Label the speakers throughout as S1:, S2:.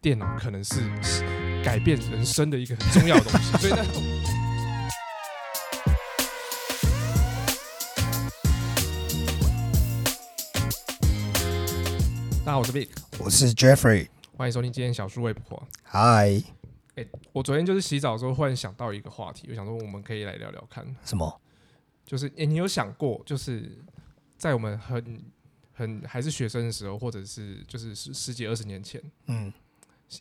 S1: 电脑可能是是改变人生的一个很重要的东西，所以那种大家好，我是 Vic，
S2: 我是 Jeffrey，
S1: 欢迎收听今天小叔微婆。
S2: 嗨，
S1: 我昨天就是洗澡的时候，忽然想到一个话题，我想说我们可以来聊聊看。
S2: 什么？
S1: 就是，诶你有想过，就是在我们很很还是学生的时候，或者是就是十十几二十年前，
S2: 嗯，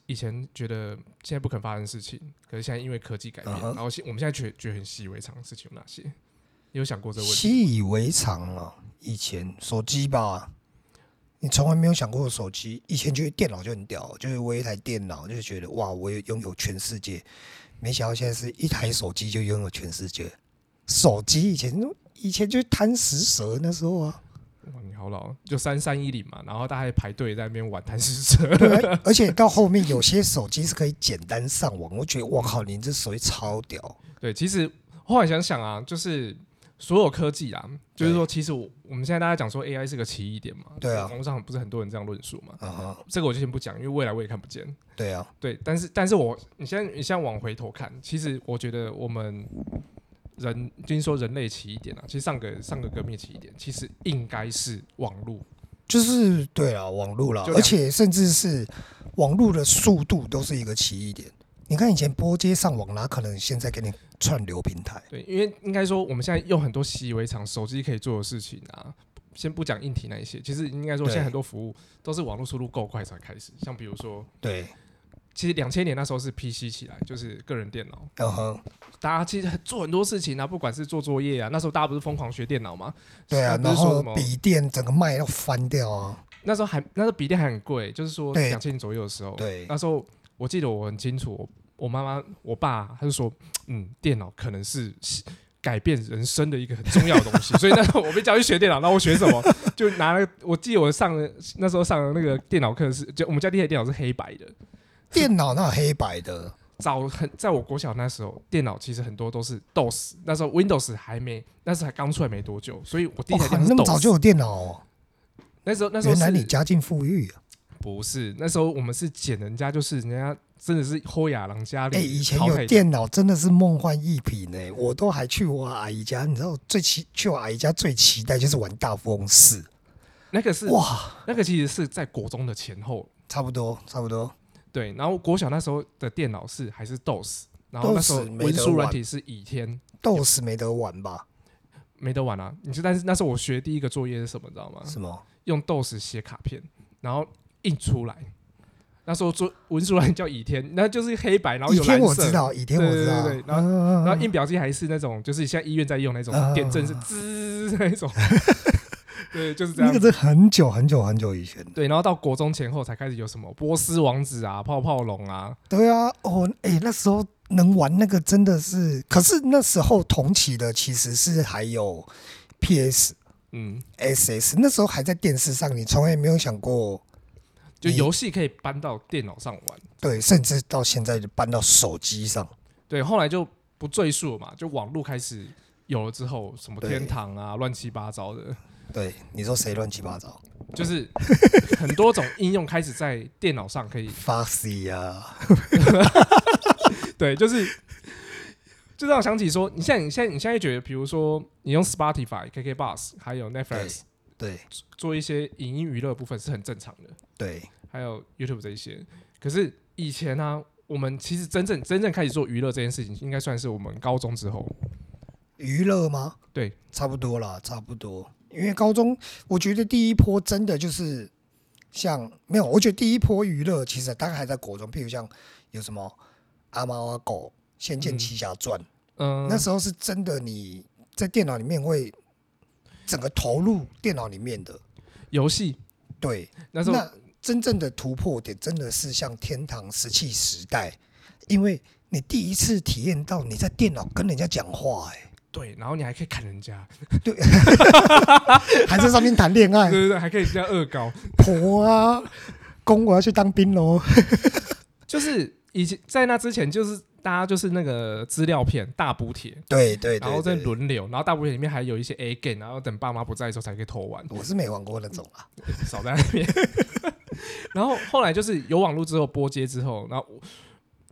S1: 以前觉得现在不可能发生的事情，可是现在因为科技改变，
S2: 嗯哼
S1: 然后现我们现在觉觉得很习以为常的事情有哪些？你有想过这个问题？
S2: 习以为常啊。以前手机吧，你从来没有想过手机。以前觉得电脑就很屌，就是我有一台电脑，就是觉得哇，我也拥有全世界。没想到现在是一台手机就拥有全世界。手机以前以前就是贪食蛇那时候啊，
S1: 哇，你好老，哦就三三一零嘛，然后大家还排队在那边玩贪吃蛇，
S2: 对啊，而且到后面有些手机是可以简单上网，我觉得我靠，你这手机超屌。
S1: 对，其实后来想想啊，就是所有科技啊，就是说，其实我我们现在大家讲说 AI 是个奇异点嘛，
S2: 对啊
S1: 网络上不是很多人这样论述嘛，
S2: 啊哈，
S1: 这个我就先不讲，因为未来我也看不见。
S2: 对啊，
S1: 对，但是但是我你现在你现在往回头看，其实我觉得我们人就是说人类奇异点啊，其实上个上个革命奇异点，其实应该是网络。
S2: 就是对啊，网络啦
S1: 就，两
S2: 而且甚至是网络的速度都是一个奇异点。你看以前拨接上网，哪可能现在给你串流平台？
S1: 对，因为应该说我们现在用很多习以为常手机可以做的事情啊，先不讲硬体那一些，其实应该说
S2: 对
S1: 现在很多服务都是网络速度够快才开始，像比如说。
S2: 对，
S1: 其实两千年那时候是 PC 起来，就是个人电脑，
S2: 嗯哼，
S1: 大家其实做很多事情啊，不管是做作业啊，那时候大家不是疯狂学电脑吗？
S2: 对啊，
S1: 不
S2: 然
S1: 是说
S2: 后
S1: 什么？
S2: 笔电整个卖要翻掉啊，
S1: 那时候还那时候笔电还很贵，就是说
S2: 对
S1: 两千年左右的时候，
S2: 对
S1: 哦那时候我记得我很清楚，我我妈妈我爸他就说，嗯，电脑可能是改变人生的一个很重要的东 西，所以那时候我被叫去学电脑，那我学什么？就拿了，我记得我上了那时候上的那个电脑课是，就我们家第一台电脑是黑白的，
S2: 电脑那有黑白的，
S1: 早很，在我国小那时候，电脑其实很多都是 DOS，那时候 Windows 还没，那时候还刚出来没多久，所以我第一
S2: 哇
S1: 台
S2: 靠，
S1: 电脑
S2: 你
S1: 是
S2: 那么早
S1: DOS。
S2: 就有电脑哦？
S1: 那时候那时候
S2: 原来
S1: 是
S2: 你家境富裕啊！
S1: 不是那时候我们是捡人家，就是人家真的是豁亚郎家里
S2: 哎，以前
S1: 淘汰
S2: 有
S1: 的
S2: 电脑真的是梦幻一品呢、我都还去我阿姨家，你知道我最期去我阿姨家最期待就是玩大富翁四，
S1: 那个是
S2: 哇，
S1: 那个其实是在国中的前后，
S2: 差不多差不多，
S1: 对，然后国小那时候的电脑是还是 DOS，然后那时候
S2: DOS 没得
S1: 文书软
S2: 玩
S1: 体是倚天，
S2: 斗士没得玩吧？
S1: 没得玩啊。你知但是那时候我学第一个作业是什么，你知道吗？
S2: 什么？
S1: 用 DOS 写卡片，然后印出来。那时候做文书栏叫倚天，那就是黑白，然后
S2: 倚
S1: 有蓝
S2: 天
S1: 色。
S2: 我知道，倚天我知道，嗯
S1: 对对对然后
S2: 然
S1: 然后印表机还是那种，就是像医院在用那种
S2: 啊
S1: 电针是滋那 种。对，就是这
S2: 那
S1: 样
S2: 个。是很久很久很久以前的。
S1: 对，然后到国中前后才开始有什么波斯王子啊、泡泡龙啊，
S2: 对啊，哦，哎、那时候能玩那个真的是，可是那时候同期的其实是还有 PS、
S1: 嗯，
S2: SS，那时候还在电视上，你从来没有想过，
S1: 就
S2: 你
S1: 游戏可以搬到电脑上玩。
S2: 对，甚至到现在就搬到手机上。
S1: 对，后来就不赘述了嘛，就网络开始有了之后，什么
S2: 对
S1: 天堂啊、乱七八糟的。
S2: 对，你说谁乱七八糟
S1: 就是很多种应用开始在电脑上可以，
S2: ？Foxy 啊，
S1: 对，就是就让我想起说，你现在你现在你现在觉得，比如说你用 Spotify、KK Bus 还有 Netflix
S2: 对
S1: 做一些影音娱乐部分是很正常的，
S2: 对，
S1: 还有 YouTube 这一些。可是以前呢、我们其实真正真正开始做娱乐这件事情，应该算是我们高中之后。
S2: 娱乐吗？
S1: 对，
S2: 差不多啦，差不多。因为高中，我觉得第一波真的就是像没有，我觉得第一波娱乐其实大概还在国中，譬如像有什么阿猫阿狗、仙剑奇侠传，
S1: 嗯、
S2: 那时候是真的你在电脑里面会整个投入电脑里面的。
S1: 游戏
S2: 对，
S1: 那时候
S2: 那真正的突破点真的是像天堂石器时代，因为你第一次体验到你在电脑跟人家讲话、欸，
S1: 对，然后你还可以砍人 家，
S2: 还在上面谈恋爱
S1: 对。对对，还可以人家恶搞，
S2: 婆啊，公我要去当兵喽。
S1: 就是以前在那之前，就是大家就是那个资料片大补帖，
S2: 对对对
S1: 然后在
S2: 对
S1: 轮流，然后大补帖里面还有一些 A game，然后等爸妈不在的时候才可以偷玩，
S2: 我是没玩过那种啊。
S1: 少在那边。 然后后来就是有网络之后拨接之后，然后我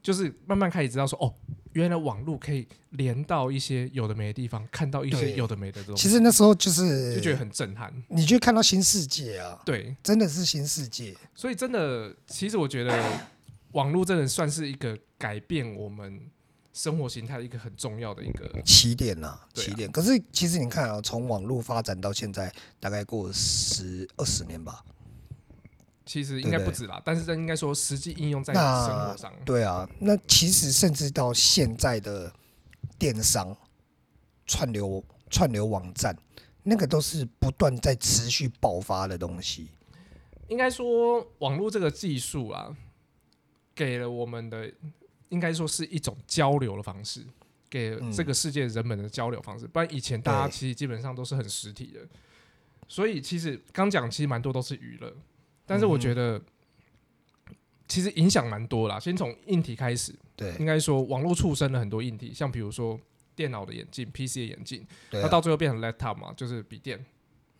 S1: 就是慢慢开始知道说，哦，原来网络可以连到一些有的没的地方，看到一些
S2: 对
S1: 有的没的东西，
S2: 其实那时候就
S1: 嗯就觉得
S2: 是，
S1: 很震撼。
S2: 你就看到新世界啊，
S1: 对，
S2: 真的是新世界。
S1: 所以真的，其实我觉得网络真的算是一个改变我们生活形态一个很重要的一个，
S2: 起点呐、啊，
S1: 对啊
S2: 起点。可是其实你看啊，从网络发展到现在，大概过十二十年吧。
S1: 其实应该
S2: 对对
S1: 不止啦，但是这应该说实际应用在
S2: 那
S1: 生活上，
S2: 对啊，那其实甚至到现在的电商、串流、串流网站，那个都是不断在持续爆发的东西。
S1: 应该说网络这个技术啊，给了我们的应该说是一种交流的方式，给
S2: 嗯
S1: 这个世界人们的交流方式。不然以前大家
S2: 对
S1: 其实基本上都是很实体的，所以其实刚讲其实蛮多都是娱乐，但是
S2: 嗯
S1: 我觉得其实影响蛮多啦。先从硬体开始，应
S2: 对，
S1: 该说网络促生了很多硬体，像比如说电脑的眼镜、PC 的眼镜，
S2: 对、
S1: 那
S2: 啊，
S1: 到最后变成 laptop 嘛，就是笔电。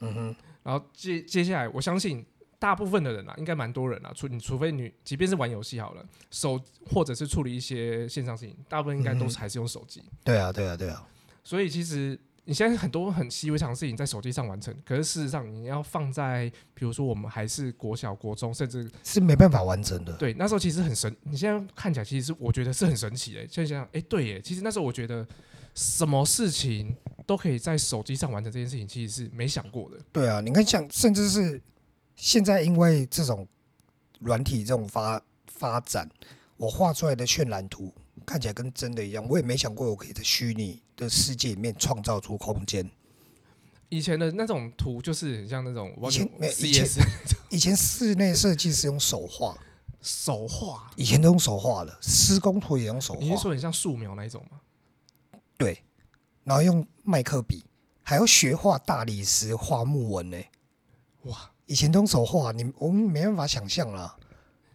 S2: 嗯哼，
S1: 然后接接下来，我相信大部分的人啊，应该蛮多人啊，除你除非你即便是玩游戏好了，手或者是处理一些线上事情，大部分应该都是还是用手机。
S2: 对啊，对啊，对啊，
S1: 所以其实你现在很多很习以为常的事情在手机上完成，可是事实上你要放在，比如说我们还是国小、国中，甚至
S2: 是没办法完成的。
S1: 对那时候其实很神，你现在看起来其实是我觉得是很神奇的。现在想想，哎、对耶，其实那时候我觉得什么事情都可以在手机上完成，这件事情其实是没想过的。
S2: 对啊，你看像甚至是现在因为这种软体这种发发展，我画出来的渲染图看起来跟真的一样，我也没想过我可以在虚拟的世界里面创造出空间。
S1: 以前的那种图就是很像那种我
S2: 以前没有以前
S1: CS
S2: 以前室内设计是用手画，
S1: 手画，
S2: 以前都用手画的，施工图也用手
S1: 你是
S2: 画，
S1: 说很像素描那一种吗？
S2: 对，然后用麦克笔，还要学画大理石、画木纹呢、
S1: 哇，
S2: 以前都用手画，你我们没办法想象啦。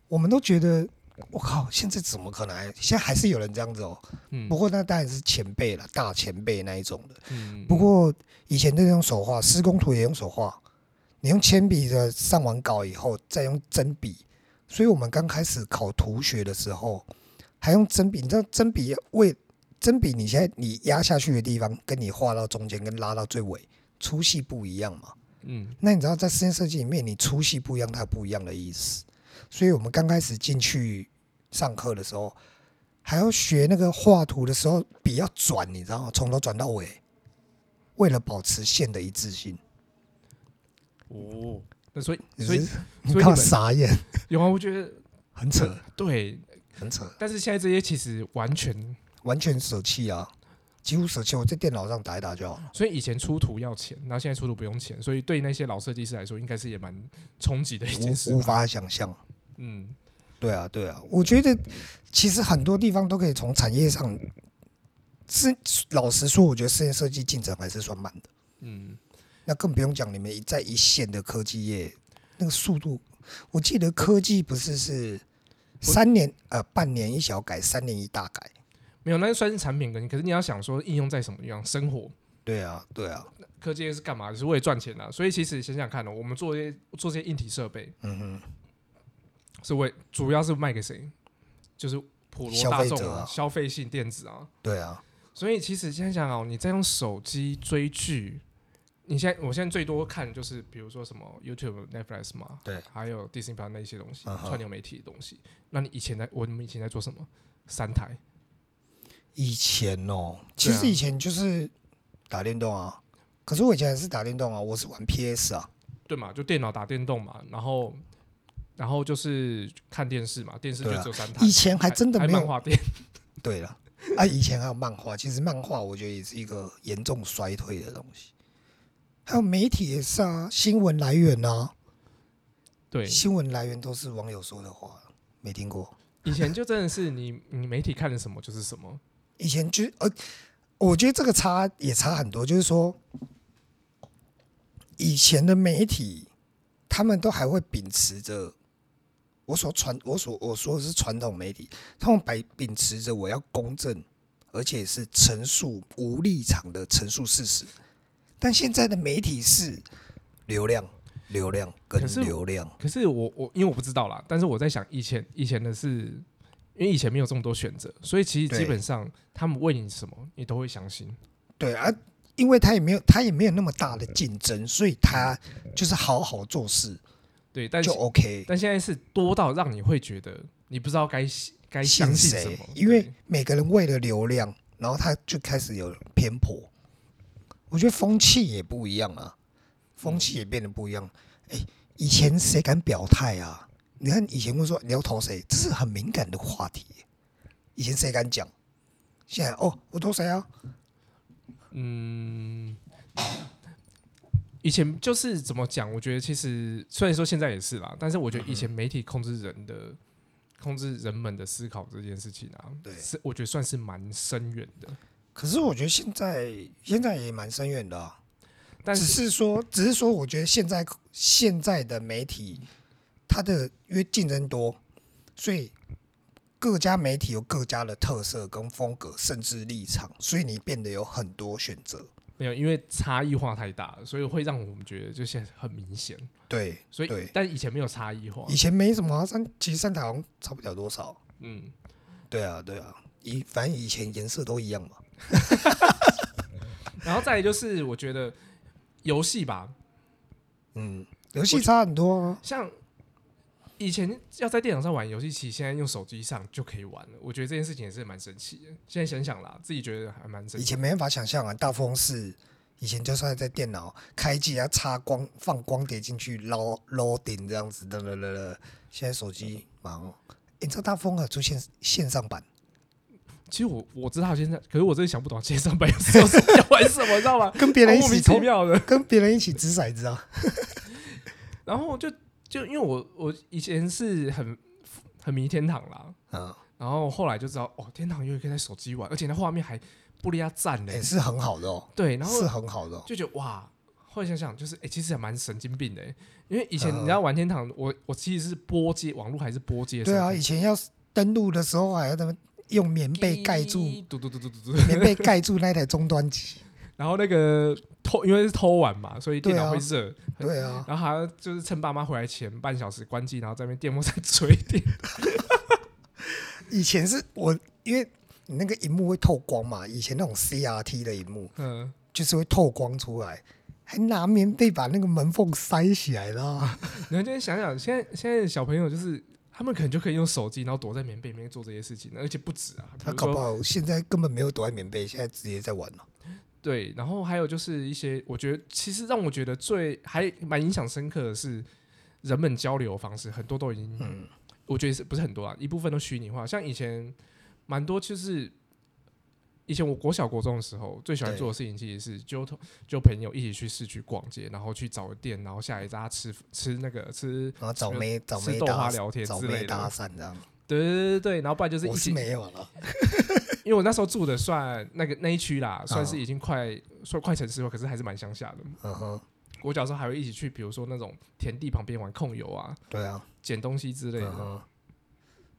S2: 我们都觉得，我靠，现在怎么可能还？现在还是有人这样子哦、
S1: 嗯
S2: 不过那当然是前辈了，大前辈那一种的。
S1: 嗯，
S2: 不过以前都是用手画，施工图也用手画。你用铅笔的上完稿以后，再用真笔。所以我们刚开始考图学的时候，还用真笔。你知道真笔为真笔，你现在你压下去的地方，跟你画到中间跟拉到最尾粗细不一样嘛。
S1: 嗯，
S2: 那你知道在室内设计里面，你粗细不一样，它有不一样的意思。所以我们刚开始进去上课的时候，还要学那个画图的时候笔要转，你知道吗？从头转到尾，为了保持线的一致性。
S1: 哦，那所以
S2: 你
S1: 所以
S2: 是你
S1: 所以
S2: 看
S1: 你们
S2: 我傻眼，
S1: 有啊，我觉得
S2: 很扯，
S1: 对，
S2: 很扯，
S1: 但是现在这些其实完全，
S2: 完全舍弃啊，几乎舍弃。我在电脑上打一 打就好了。
S1: 所以以前出图要钱，然后现在出图不用钱，所以对那些老设计师来说，应该是也蛮冲击的一件事
S2: 无无。法想象。
S1: 嗯，
S2: 对啊，对啊，我觉得其实很多地方都可以从产业上，是老实说，我觉得室内设计进展还是算慢的。
S1: 嗯，
S2: 那更不用讲你们一在一线的科技业，那个速度，我记得科技不是是三年呃半年一小改，三年一大改。
S1: 没有，那算是产品更新，可是你要想说应用在什么地方，生活。
S2: 对啊，对啊，
S1: 科技业是干嘛？就是为了赚钱啊！所以其实想想看哦，我们做这些做这些硬体设备，
S2: 嗯哼，
S1: 是为主要是卖给谁？就是普罗
S2: 消
S1: 大
S2: 费
S1: 众
S2: 者
S1: 啊，
S2: 啊
S1: 消费性电子啊。
S2: 对啊，
S1: 所以其实现在想哦，你在用手机追剧，你现在我现在最多看就是比如说什么 YouTube、Netflix 嘛，
S2: 对，
S1: 还有 Disney Plus 那一些东西，
S2: 嗯哼
S1: 串流媒体的东西。那你以前在我们以前在做什么？三台
S2: 以前哦，其
S1: 对啊
S2: 实以前就是打电动啊，可是我以前还是打电动啊，我是玩 PS 啊，
S1: 对嘛？就电脑打电动嘛，然后然后就是看电视嘛，电视就
S2: 对啊
S1: 只有三台。
S2: 以前还真的没
S1: 漫
S2: 有。
S1: 画店，
S2: 对了，啊，以前还有漫画，其实漫画我觉得也是一个严重衰退的东西。还有媒体也是啊，新闻来源啊，
S1: 对，
S2: 新闻来源都是网友说的话，没听过。
S1: 以前就真的是你你媒体看了什么就是什么，
S2: 以前就呃，我觉得这个差也差很多，就是说，以前的媒体他们都还会秉持着我所传我所我说的是传统媒体，他们秉秉持着我要公正，而且是陈述无立场的陈述事实。但现在的媒体是流量，流量跟
S1: 可是
S2: 流量，
S1: 可是我我因为我不知道啦，但是我在想以前以前的是，因为以前没有这么多选择，所以其实
S2: 对
S1: 基本上他们问你什么，你都会相信。
S2: 对啊，因为他也没有他也没有那么大的竞争，所以他就是好好做事
S1: 对，但是
S2: 就 OK。
S1: 但现在是多到让你会觉得你不知道该信该
S2: 信
S1: 相信什
S2: 谁
S1: 么？，
S2: 因为
S1: 对
S2: 每个人为了流量，然后他就开始有偏颇。我觉得风气也不一样啊，风气也变得不一样。
S1: 嗯
S2: 哎、以前谁敢表态啊？你看以前会说你要投谁，这是很敏感的话题。以前谁敢讲？现在哦，我投谁啊？
S1: 嗯，以前就是怎么讲？我觉得其实虽然说现在也是啦，但是我觉得
S2: 嗯
S1: 以前媒体控制人的、控制人们的思考这件事情啊，
S2: 对
S1: 是我觉得算是蛮深远的。
S2: 可是我觉得现在现在也蛮深远的、啊，
S1: 但
S2: 只
S1: 是
S2: 是说，只是说，我觉得现在现在的媒体，它的因为竞争多，所以各家媒体有各家的特色跟风格，甚至立场，所以你变得有很多选择。
S1: 没有，因为差异化太大了，所以会让我们觉得就现在很明显。
S2: 对，
S1: 所以
S2: 对，
S1: 但以前没有差异化
S2: 以。前没什么、啊，三其实三台好像差不了多少。
S1: 嗯，
S2: 对啊，对啊，以反正以前颜色都一样嘛。
S1: 然后再来就是我觉得游戏吧，
S2: 嗯，游戏差很多啊。
S1: 像以前要在电脑上玩游戏，其实现在用手机上就可以玩了。我觉得这件事情也是蛮神奇的。现在想想啦，自己觉得还蛮神
S2: 以
S1: 奇。
S2: 前没办法想象啊，大风是以前就算在电脑开机啊，插光放光碟进去捞捞顶这样子，噔噔噔噔。现在手机忙，你知道大风啊出现线上版，
S1: 其实我我知道现在，可是我真的想不懂线上版有时候是要玩什么，知 道吗？
S2: 跟别人一
S1: 莫
S2: 起
S1: 名其
S2: 投，
S1: 妙的。
S2: 跟别人一起掷骰子啊。
S1: 然后就就因为我我以前是很很迷天堂啦，
S2: 啊，
S1: 然后后来就知道哦，天堂又可以在手机玩，而且那画面还不利亚赞呢
S2: 也、。是很好的哦，
S1: 对，然后
S2: 是很好的、哦。
S1: 就觉得哇，后来想想就是，哎、其实还蛮神经病的、欸，因为以前
S2: 嗯
S1: 你要玩天堂，我我其实是拨接网络还是拨接的时
S2: 对
S1: 候，
S2: 啊，以前要登录的时候还要他们用棉被盖住，
S1: 滴，嘟嘟嘟嘟嘟嘟，
S2: 棉被盖住那台终 端机。
S1: 然后那个偷，因为是偷玩嘛，所以电脑会热，
S2: 对啊，
S1: 然后还要就是趁爸妈回来前半小时关机，然后在那边电风扇吹电，
S2: 以前是我因为你那个荧幕会透光嘛，以前那种 CRT 的荧幕。
S1: 嗯，
S2: 就是会透光出来，还拿棉被把那个门缝塞起来啦。
S1: 然后今天想想，现在现在的小朋友就是。他们可能就可以用手机，然后躲在棉被里面做这些事情，而且不止啊。 比
S2: 他
S1: 如
S2: 搞
S1: 说
S2: 不好现在根本没有躲在棉被，现在直接在玩了。
S1: 对，然后还有就是一些，我觉得其实让我觉得最还蛮影响深刻的是人们交流的方式，很多都已经，
S2: 嗯
S1: 我觉得是不是很多啊？一部分都虚拟化，像以前蛮多就是。以前我国小国中的时候，最喜欢
S2: 对
S1: 做的事情其实是揪同揪朋友一起去市区逛街，然后去找个店，然后下来大家吃吃那个吃
S2: 然后找妹找
S1: 吃
S2: 妹
S1: 豆
S2: 搭
S1: 花聊天
S2: 找
S1: 之类
S2: 妹搭
S1: 的，
S2: 讪这样，
S1: 对对对对，然后不然就是一
S2: 我是
S1: 起
S2: 没有了。
S1: 因为我那时候住的算那个那一区
S2: 啊
S1: 啦，算是已经快、算快城市化，可是还是蛮乡下的。
S2: 嗯哼，
S1: 国小的时候还会一起去，比如说那种田地旁边玩控油啊、
S2: 对啊，
S1: 捡东西之类
S2: 嗯
S1: 的。
S2: 哼，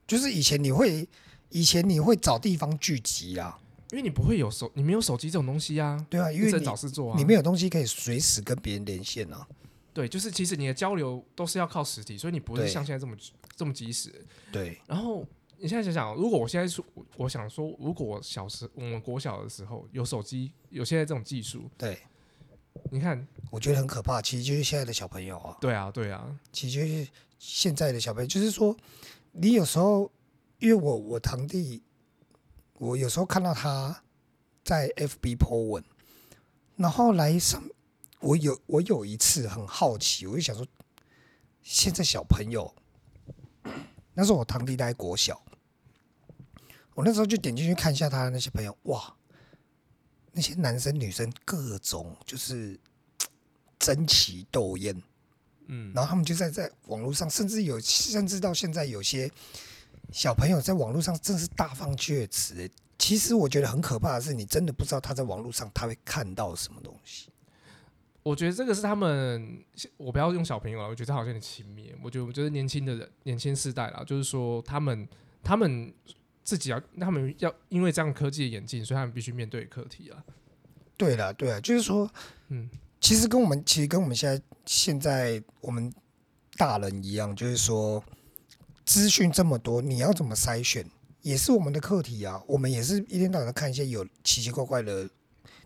S2: 就是以前你会，以前你会找地方聚集啊啦，
S1: 因为你不会有手，你没有手机这种东西啊，
S2: 对啊，因
S1: 一
S2: 为
S1: 直
S2: 你
S1: 找事做啊。
S2: 你没有东西可以随时跟别人连线啊。
S1: 对，就是其实你的交流都是要靠实体，所以你不是
S2: 对
S1: 像现在这么这么及时。
S2: 对，
S1: 然后你现在想想，如果我现在说，我我想说，如果我小时我们国小的时候有手机，有现在这种技术，
S2: 对，
S1: 你看，
S2: 我觉得很可怕。其实就是现在的小朋友啊，
S1: 对啊，对啊，
S2: 其实就是现在的小朋友，就是说，你有时候，因为我我堂弟，我有时候看到他在 FB po 文，然后来上，我有我有一次很好奇，我就想说，现在小朋友，那时候我堂弟大概国小，我那时候就点进去看一下他的那些朋友，哇，那些男生女生各种就是争奇斗艳。
S1: 嗯，
S2: 然后他们就在在网络上，甚至有甚至到现在有些小朋友在网络上真是大放厥词欸。其实我觉得很可怕的是，你真的不知道他在网络上他会看到什么东西。
S1: 我觉得这个是他们，我不要用小朋友了，我觉得这好像有点轻蔑。我觉得我觉得年轻的人，年轻世代啦，就是说他们他们自己要，他们要因为这样科技的演进，所以他们必须面对课题啊。
S2: 对了，对啊，就是说，
S1: 嗯，
S2: 其实跟我们其实跟我们现在现在我们大人一样，就是说资讯这么多，你要怎么筛选，也是我们的课题啊。我们也是一天到晚地看一些有奇奇怪怪的，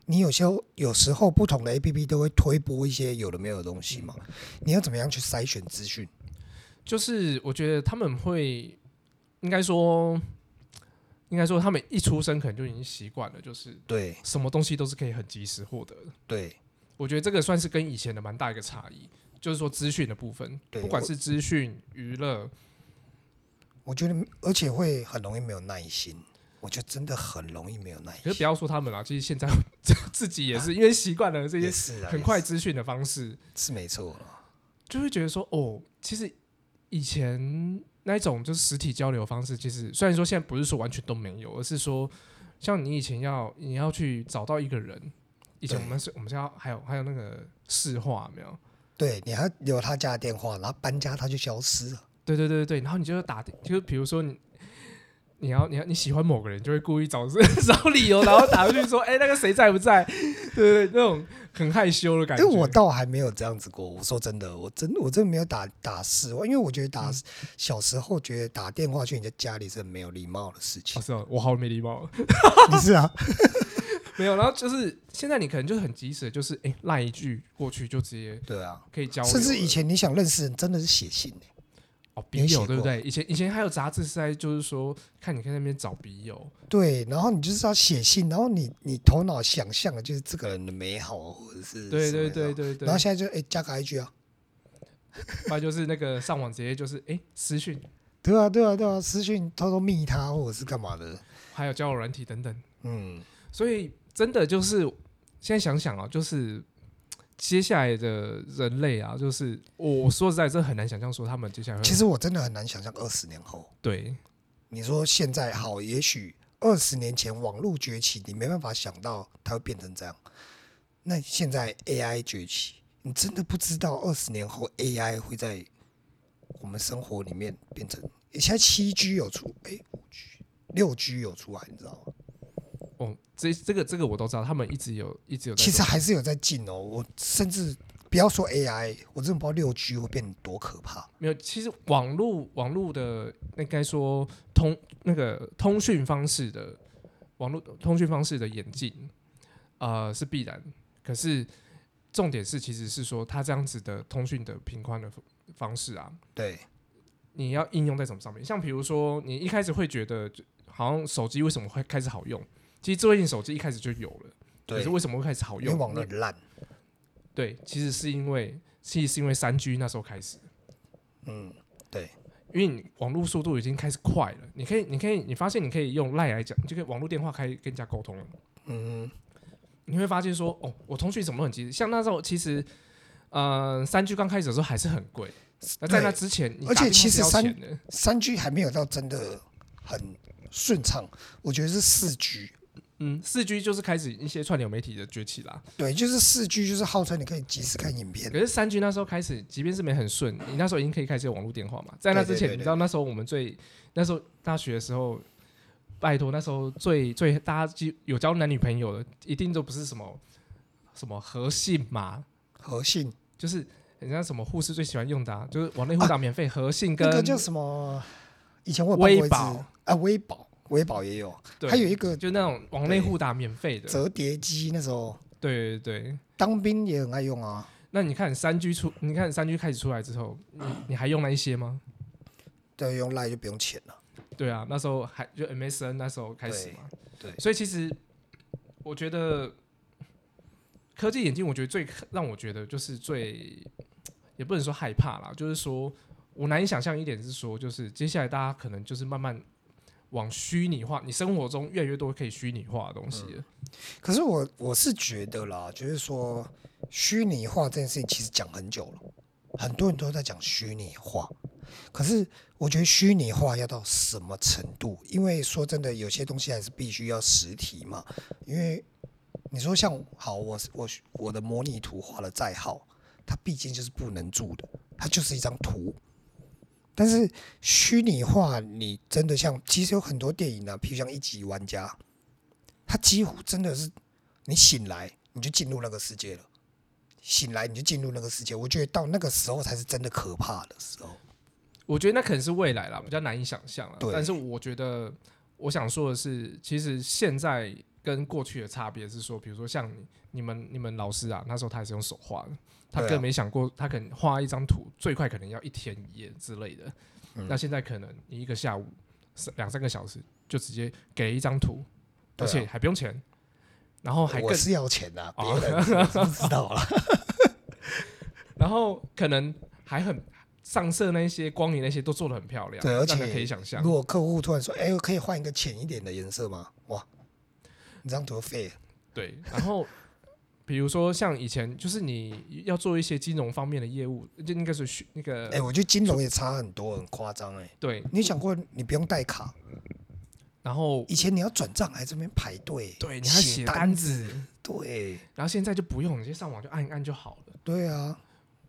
S2: 你有些有时候不同的 A P P 都会推播一些有的没有的东西嘛。
S1: 嗯
S2: 你要怎么样去筛选资讯？
S1: 就是我觉得他们会，应该说，应该说他们一出生可能就已经习惯了，就是
S2: 对
S1: 什么东西都是可以很及时获得的。
S2: 对
S1: 我觉得这个算是跟以前的蛮大一个差异，就是说资讯的部分，
S2: 对
S1: 不管是资讯、娱乐，
S2: 我觉得，而且会很容易没有耐心。我觉得真的很容易没有耐
S1: 可
S2: 心
S1: 是不。要说他们啦，其实现在 自己也是因为习惯了这些
S2: 也是啊，
S1: 很
S2: 也
S1: 快
S2: 是
S1: 资讯的方式，
S2: 是没错啊了。
S1: 就会觉得说，哦，其实以前那一种就是实体交流方式，其实虽然说现在不是说完全都没有，而是说像你以前要你要去找到一个人，以前
S2: 对
S1: 我们是我们是要还有还有那个市话有没有？
S2: 对，你还要留他家的电话，然后搬家他就消失了。
S1: 对对对对对，然后你就打，就是比如说你。你要你要你喜欢某个人，就会故意找 找理由，然后打过去说：“哎、那个谁在不在？” 对对对，那种很害羞的感觉。
S2: 哎、我倒还没有这样子过。我说真的，我真我真的没有打打市话，因为我觉得打、
S1: 嗯
S2: 小时候觉得打电话去人家家里是很没有礼貌的事
S1: 哦
S2: 情。
S1: 是哦，我好没礼貌。
S2: 你是啊？
S1: 没有，然后就是现在你可能就是很及时的，就是哎赖一句过去就直接
S2: 对啊，
S1: 可以交流了，
S2: 甚至以前你想认识人，真的是写信、欸、
S1: 哦
S2: 有
S1: 笔
S2: 写
S1: 友对不
S2: 过
S1: 对？以前以前还有杂志是在就是说看你看那边找笔友，
S2: 对，然后你就是要写信，然后你你头脑想象的就是这个人的美好，或者是
S1: 对
S2: 什
S1: 对
S2: 么的
S1: 对，对对
S2: 然后，现在就哎、加个 IG 啊，
S1: 不然就是那个上网直接就是哎私讯，
S2: 对啊对啊对啊，私讯偷偷密他或者是干嘛的，
S1: 还有交友软体等等，
S2: 嗯，
S1: 所以真的就是现在想想啊，就是。接下来的人类啊，就是我我说实在，真的很难想象说他们接下来会
S2: 其实我真的很难想象二十年后。
S1: 对
S2: 你说现在好，也许二十年前网络崛起，你没办法想到它会变成这样。那现在 AI 崛起，你真的不知道二十年后 AI 会在我们生活里面变成。诶现在七 G 有出，哎、5五 G、六 G 有出来，你知道吗？
S1: 哦，这这个这个我都知道，他们一直有一直有在
S2: 其实
S1: 做
S2: 还是有在进哦。我甚至不要说 AI，我真的不知道六 G 会变多可怕。
S1: 没有，其实网络网络的应该说通那个通讯方式的网络通讯方式的演进，呃是必然。可是重点是，其实是说它这样子的通讯的频宽的方式啊，
S2: 对，
S1: 你要应用在什么上面？像比如说，你一开始会觉得就好像手机为什么会开始好用？其实智慧型手机一开始就有了，可
S2: 对
S1: 是，为什么会开始好
S2: 因为
S1: 用？
S2: 网络很烂，
S1: 对，其实是因为其实是因为三 G 那时候开始。
S2: 嗯，对。
S1: 因为你网络速度已经开始快了，你可以，你可以，你发现你可以用赖来讲，就可以网络电话开跟人家沟通了。
S2: 嗯，
S1: 你会发现说，哦，我通讯什么都很及时。像那时候其实，呃，三 G 刚开始的时候还是很贵，那在那之前，你打
S2: 而且
S1: 电话
S2: 其
S1: 是
S2: 实
S1: 要
S2: 三
S1: 钱的
S2: 三 G 还没有到真的很顺畅，我觉得是四 G。
S1: 嗯，四 G 就是开始一些串流媒体的崛起啦。
S2: 对，就是四 G，就是号称你可以及时看影片
S1: 可。是三 G 那时候开始，即便是没很顺，你那时候已经可以开始有网络电话嘛。在那之前，
S2: 对对对对
S1: 你知道那时候我们最那时候大学的时候，拜托那时候最最大家几有交男女朋友的，一定都不是什么什么和信嘛，
S2: 和信
S1: 就是人家什么护士最喜欢用的、啊，就是网内护打免费和信跟
S2: 那个叫什么？以前我
S1: 微
S2: 有办过一
S1: 宝
S2: 只啊，微宝，微宝也有，
S1: 对
S2: 还有一个
S1: 就那种网内护打免费的，
S2: 折叠机，那时候
S1: 对对对。
S2: 当兵也很爱用啊。
S1: 那你看三 G 出，你看三 G 开始出来之后，你你还用那一些吗？
S2: 对，用赖就不用钱了。
S1: 对啊，那时候还就 MSN 那时候开始嘛。
S2: 对对
S1: 所以其实我觉得科技眼镜，我觉得最让我觉得就是最也不能说害怕啦，就是说我难以想象一点是说，就是接下来大家可能就是慢慢往虚拟化，你生活中越来越多可以虚拟化的东西了。
S2: 可是我我是觉得啦，就是说虚拟化这件事情其实讲很久了，很多人都在讲虚拟化。可是我觉得虚拟化要到什么程度？因为说真的，有些东西还是必须要实体嘛。因为你说像好，我是我我的模拟图画的再好，它毕竟就是不能住的，它就是一张图。但是虚拟化，你真的像，其实有很多电影啊，譬如像《一级玩家》，它几乎真的是你醒来你就进入那个世界了。醒来你就进入那个世界。我觉得到那个时候才是真的可怕的时候。
S1: 我觉得那可能是未来啦，比较难以想象啦。
S2: 对
S1: 但是我觉得我想说的是，其实现在跟过去的差别是说，比如说像你、你们、你们老师啊，那时候他也是用手画的，他
S2: 对啊
S1: 更没想过，他可能画一张图最快可能要一天一夜之类的。
S2: 嗯
S1: 那现在可能你一个下午三两三个小时就直接给一张图，
S2: 对
S1: 而
S2: 啊
S1: 且还不用钱，然后哦还更
S2: 我是要钱的、啊，别
S1: 哦
S2: 人是不知道啊啦。
S1: 然后可能还很上色那些光影那些都做的很漂亮，
S2: 对，而
S1: 那
S2: 且
S1: 个可以想象
S2: 如。果客户突然说：“哎、我可以换一个浅一点的颜色吗？”哇，你这张图废啊了。
S1: 对，然后比如说像以前，就是你要做一些金融方面的业务，就应该是需那个、
S2: 哎、我觉得金融也差很多，很夸张哎。
S1: 对，
S2: 你有想过你不用带卡，
S1: 然后
S2: 以前你要转账还这边排队，
S1: 对你还要写单
S2: 单，
S1: 子，
S2: 对
S1: 然后现在就不用，你就上网就按一按就好了。
S2: 对啊，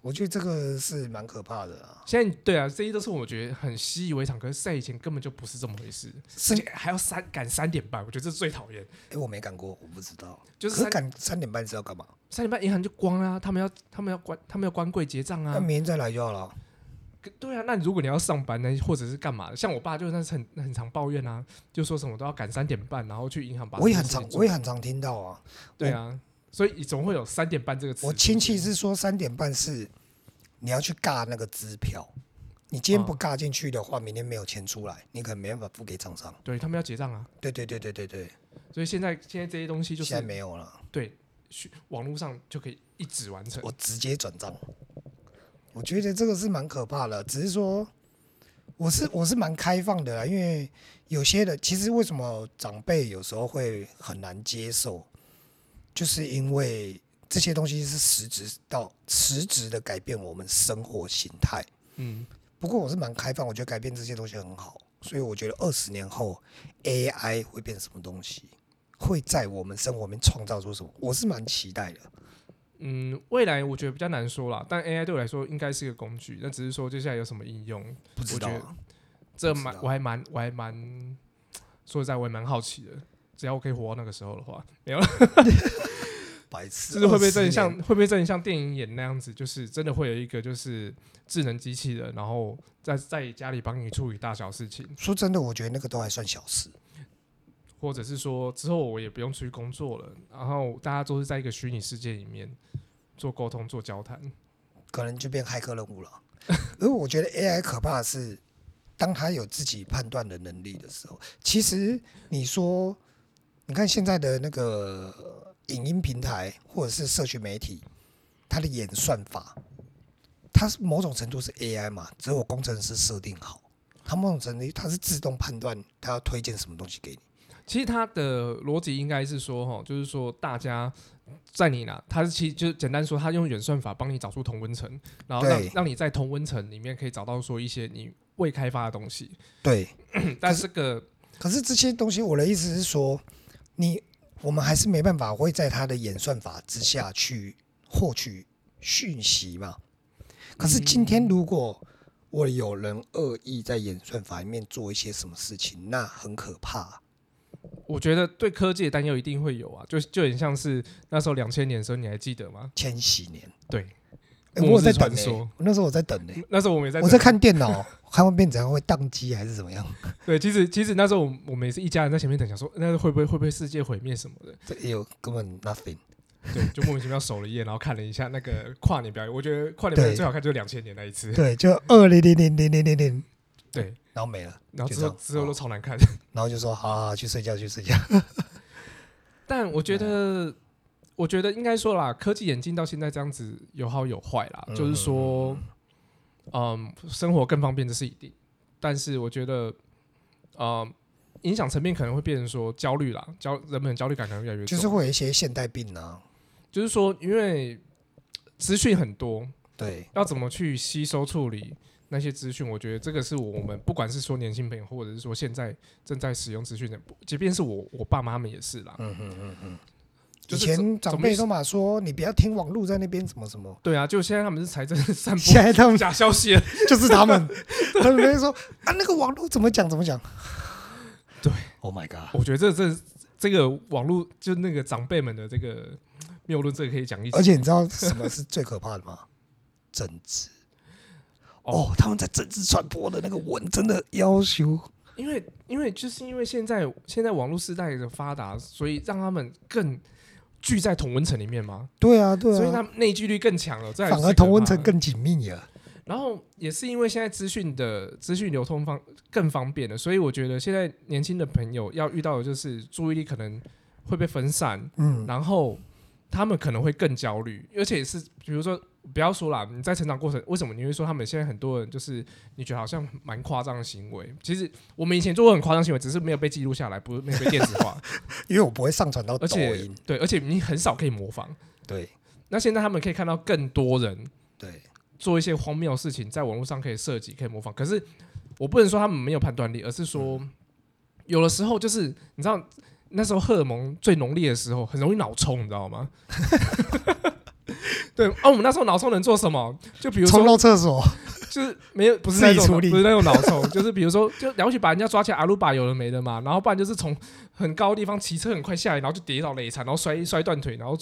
S2: 我觉得这个是蛮可怕的啊。
S1: 现在对啊，这些都是我觉得很习以为常，可是在以前根本就不是这么回事，
S2: 是
S1: 而且还要三赶三点半，我觉得这最讨厌，
S2: 哎、我没干过，我不知道。
S1: 就
S2: 可
S1: 是
S2: 是
S1: 三
S2: 赶三点半是要干嘛？
S1: 三点半银行就关啦、他们要他们要关他们要关柜结账啊
S2: 那，明天再来就好了。
S1: 可对啊，那如果你要上班呢，或者是干嘛的？像我爸就是那是很很常抱怨啊，就说什么都要赶三点半，然后去银行把这
S2: 我也
S1: 件
S2: 很
S1: 事情
S2: 常，
S1: 做
S2: 我也很常听到啊。
S1: 对啊，所以总会有三点半这个词。
S2: 我亲戚是说三点半是你要去尬那个支票，你今
S1: 嗯
S2: 天不尬进去的话，明天没有钱出来，你可能没办法付给厂商。
S1: 对他们要结账啊，
S2: 对对对对对对，
S1: 所以现在现在这些东西就
S2: 现在
S1: 是
S2: 没有了，
S1: 对去网络上就可以一纸完成。
S2: 我直接转账。我觉得这个是蛮可怕的，只是说我是我是蛮开放的啦，因为有些人其实为什么长辈有时候会很难接受，就是因为这些东西是实质到实质的改变我们生活形态。
S1: 嗯，
S2: 不过我是蛮开放，我觉得改变这些东西很好，所以我觉得二十年后 AI 会变什么东西，会在我们生活里面创造出什么，我是蛮期待的。
S1: 嗯，未来我觉得比较难说啦，但 AI 对我来说应该是个工具，那只是说接下来有什么应用，
S2: 不知道
S1: 我
S2: 啊
S1: 觉这
S2: 不知
S1: 蛮
S2: 道
S1: 我还蛮我还蛮说实在我也蛮好奇的，只要我可以活到那个时候的话，没有 啦
S2: 白痴，
S1: 就是会不会真的
S2: 20
S1: 像
S2: 年
S1: 会不会真的像电影演那样子，就是真的会有一个就是智能机器人，然后在在家里帮你处理大小事情，
S2: 说真的，我觉得那个都还算小事。
S1: 或者是说之后我也不用出去工作了，然后大家都是在一个虚拟世界里面做沟通、做交谈。
S2: 可能就变骇客任务了。而我觉得 AI 可怕的是，当它有自己判断的能力的时候，其实你说，你看现在的那个呃影音平台或者是社群媒体，它的演算法，它是某种程度是 AI 嘛，只有工程师设定好，它某种程度它是自动判断它要推荐什么东西给你。
S1: 其实它的逻辑应该是说，哈，就是说大家在你那，它是其实就是简单说，它用演算法帮你找出同温层，然后让
S2: 对
S1: 让你在同温层里面可以找到说一些你未开发的东西。嗯
S2: 对，
S1: 但是这个
S2: 可是这些东西，我的意思是说，你我们还是没办法会在它的演算法之下去获取讯息嘛。可是今天如果我有人恶意在演算法里面做一些什么事情，那很可怕。
S1: 我觉得对科技的担忧一定会有啊，就就很像是那时候两千年的时候，你还记得吗？
S2: 千禧年，
S1: 对，
S2: 哎、
S1: 末
S2: 我有
S1: 日
S2: 在等
S1: 嗯传
S2: 呢、
S1: 说
S2: 那时候我在等呢、
S1: 那时候我们也在等，
S2: 我在看电脑，看会变怎样，会宕机还是怎么样？
S1: 对，其实其实那时候我们我们也是一家人在前面等，想说那会不会会不会世界毁灭什么的，
S2: 这也有根本 nothing。
S1: 对，就莫名其妙守了一夜，然后看了一下那个跨年表演，我觉得跨年表演
S2: 对
S1: 最好看就是两千年那一次，
S2: 对，就二零零零零零零零，
S1: 对，
S2: 然后没了，
S1: 然后
S2: 就
S1: 之后
S2: 这样
S1: 之后都
S2: 哦
S1: 超难 看，
S2: 然后就说好好好，去睡觉去睡觉。
S1: 但我
S2: 啊
S1: 觉得。我觉得应该说啦，科技眼镜到现在这样子有好有坏啦，
S2: 嗯
S1: 就是说，嗯，生活更方便这是一定，但是我觉得，呃，影响层面可能会变成说焦虑啦，焦人们的焦虑感可能越来越重，
S2: 就是会有一些现代病啊。
S1: 就是说，因为资讯很多，
S2: 对，
S1: 要怎么去吸收处理那些资讯？我觉得这个是我们不管是说年轻朋友，或者是说现在正在使用资讯的，即便是我我爸妈们也是啦。
S2: 嗯嗯嗯嗯。
S1: 就
S2: 以
S1: 是
S2: 前
S1: 怎
S2: 长
S1: 么
S2: 辈
S1: 意思
S2: 都嘛说，你不要听网络在那边什么什 么，
S1: 对啊，就现在他们是财政散
S2: 现
S1: 播
S2: 在他们
S1: 假消息了。
S2: 就是他 们，他们在说啊，那个网络怎么讲怎么讲。
S1: 对
S2: ，Oh my god，
S1: 我觉得这这这个网络就那个长辈们的这个嗯谬论，这个可以讲一集。
S2: 而且你知道什么是最可怕的吗？ 政治。
S1: 哦
S2: 哦，他们在政治传播的那个文真的要求，
S1: 因为因为就是因为现在现在网络时代的发达，所以让他们更聚在同温层里面嘛，
S2: 对啊，对啊，
S1: 所以他们内聚力更强了。这还是
S2: 反
S1: 最
S2: 而
S1: 可怕
S2: 同温层
S1: 的
S2: 更紧密了。
S1: 然后也是因为现在资讯的资讯流通方更方便了，所以我觉得现在年轻的朋友要遇到的就是注意力可能会被分散，
S2: 嗯，
S1: 然后他们可能会更焦虑，而且是比如说不要说啦，你在成长过程，为什么你会说他们现在很多人就是你觉得好像蛮夸张的行为？其实我们以前做过很夸张行为，只是没有被记录下来，不是没有被电子化，
S2: 因为我不会上传到
S1: 而
S2: 抖
S1: 且
S2: 音，
S1: 对，而且你很少可以模仿。
S2: 对
S1: 那现在他们可以看到更多人
S2: 对，
S1: 做一些荒谬的事情，在网络上可以设计、可以模仿。可是我不能说他们没有判断力，而是说
S2: 嗯
S1: 有的时候就是你知道那时候荷尔蒙最浓烈的时候，很容易脑冲，你知道吗？ 对，啊，我们那时候脑冲能做什么？就比如
S2: 冲
S1: 说，
S2: 到 厕所，
S1: 就是没有不是那
S2: 自己
S1: 种
S2: 处
S1: 不
S2: 理
S1: 是那种脑冲， 就是比如说，就了不起把人家抓起来，阿鲁巴有的没的嘛，然后不然就是从很高的地方骑车很快下来，然后就跌倒累惨，然后摔摔断腿，然后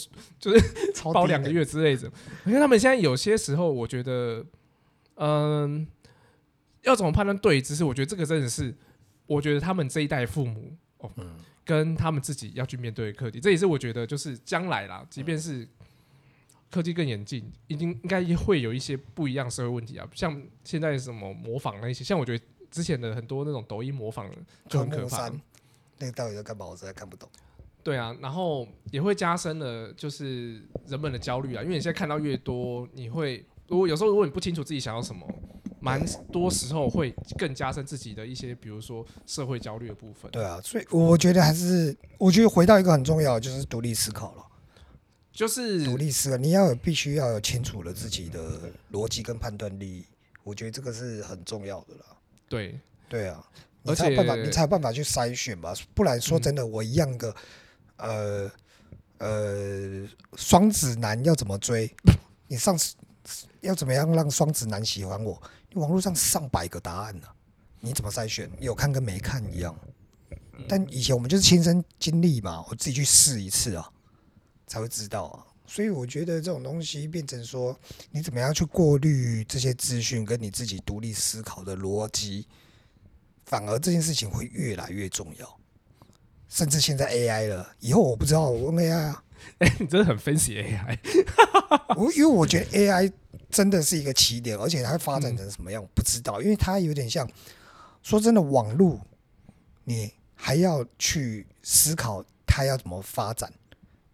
S2: 超
S1: 包
S2: 低
S1: 两
S2: 的
S1: 个，月之类的。因为他们现在有些时候，我觉得，嗯，要怎么判断对知识？我觉得这个真的是，我觉得他们这一代父母哦，
S2: 嗯
S1: 跟他们自己要去面对的课题，这也是我觉得就是将来啦，即便是科技更演进，一定应该也会有一些不一样社会问题啊，像现在什么模仿那些，像我觉得。之前的很多那种抖音模仿的就很可
S2: 科目
S1: 怕，
S2: 三那个到底在干嘛？我实在看不懂。
S1: 对啊，然后也会加深了就是人们的焦虑啊，因为你现在看到越多，你会如果有时候如果你不清楚自己想要什么，蛮多时候会更加深自己的一些，比如说社会焦虑的部分。
S2: 对啊，所以我觉得还是，我觉得回到一个很重要的就是独立思考了。
S1: 就是
S2: 独立思考，你要有必须要有清楚了自己的逻辑跟判断力，我觉得这个是很重要的啦。
S1: 对，
S2: 对啊，
S1: 而
S2: 你才有办法，
S1: 且
S2: 你才有办法去筛选吧。不然说真的，我一样的，呃呃，双子男要怎么追？你上次要怎么样让双子男喜欢我？网络上上百个答案呢、你怎么筛选？有看跟没看一样。但以前我们就是亲身经历嘛，我自己去试一次啊，才会知道啊。所以我觉得这种东西变成说，你怎么样去过滤这些资讯，跟你自己独立思考的逻辑，反而这件事情会越来越重要。甚至现在 AI 了，以后我不知道我问 AI 啊，
S1: 哎、你真的很分析 AI，
S2: 我因为我觉得 AI 真的是一个起点，而且它会发展成什么样、不知道，因为它有点像，说真的，网络你还要去思考它要怎么发展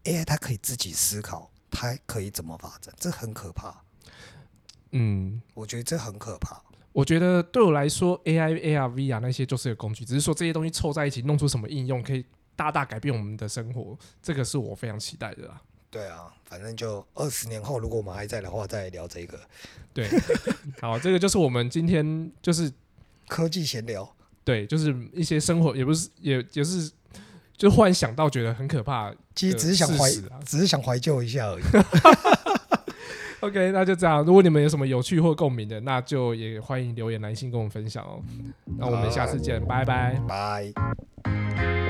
S2: ，AI 它可以自己思考，它可以怎么发展，这很可怕，
S1: 嗯，
S2: 我觉得这很可怕。
S1: 我觉得对我来说，AI、AR、VR 那些就是个工具，只是说这些东西凑在一起弄出什么应用，可以大大改变我们的生活，这个是我非常期待的啦。
S2: 对啊，反正就二十年后，如果我们还在的话，再聊这个
S1: 对，好，这个就是我们今天就是
S2: 科技闲聊。
S1: 对，就是一些生活，也不是，也也是，就忽然想到觉得很可怕。
S2: 其实只是想怀
S1: 事实啊，
S2: 只是想怀旧一下而已。
S1: OK，那就这样。如果你们有什么有趣或共鸣的，那就也欢迎留言来信跟我们分享哦。那我们下次见，拜拜。
S2: 拜。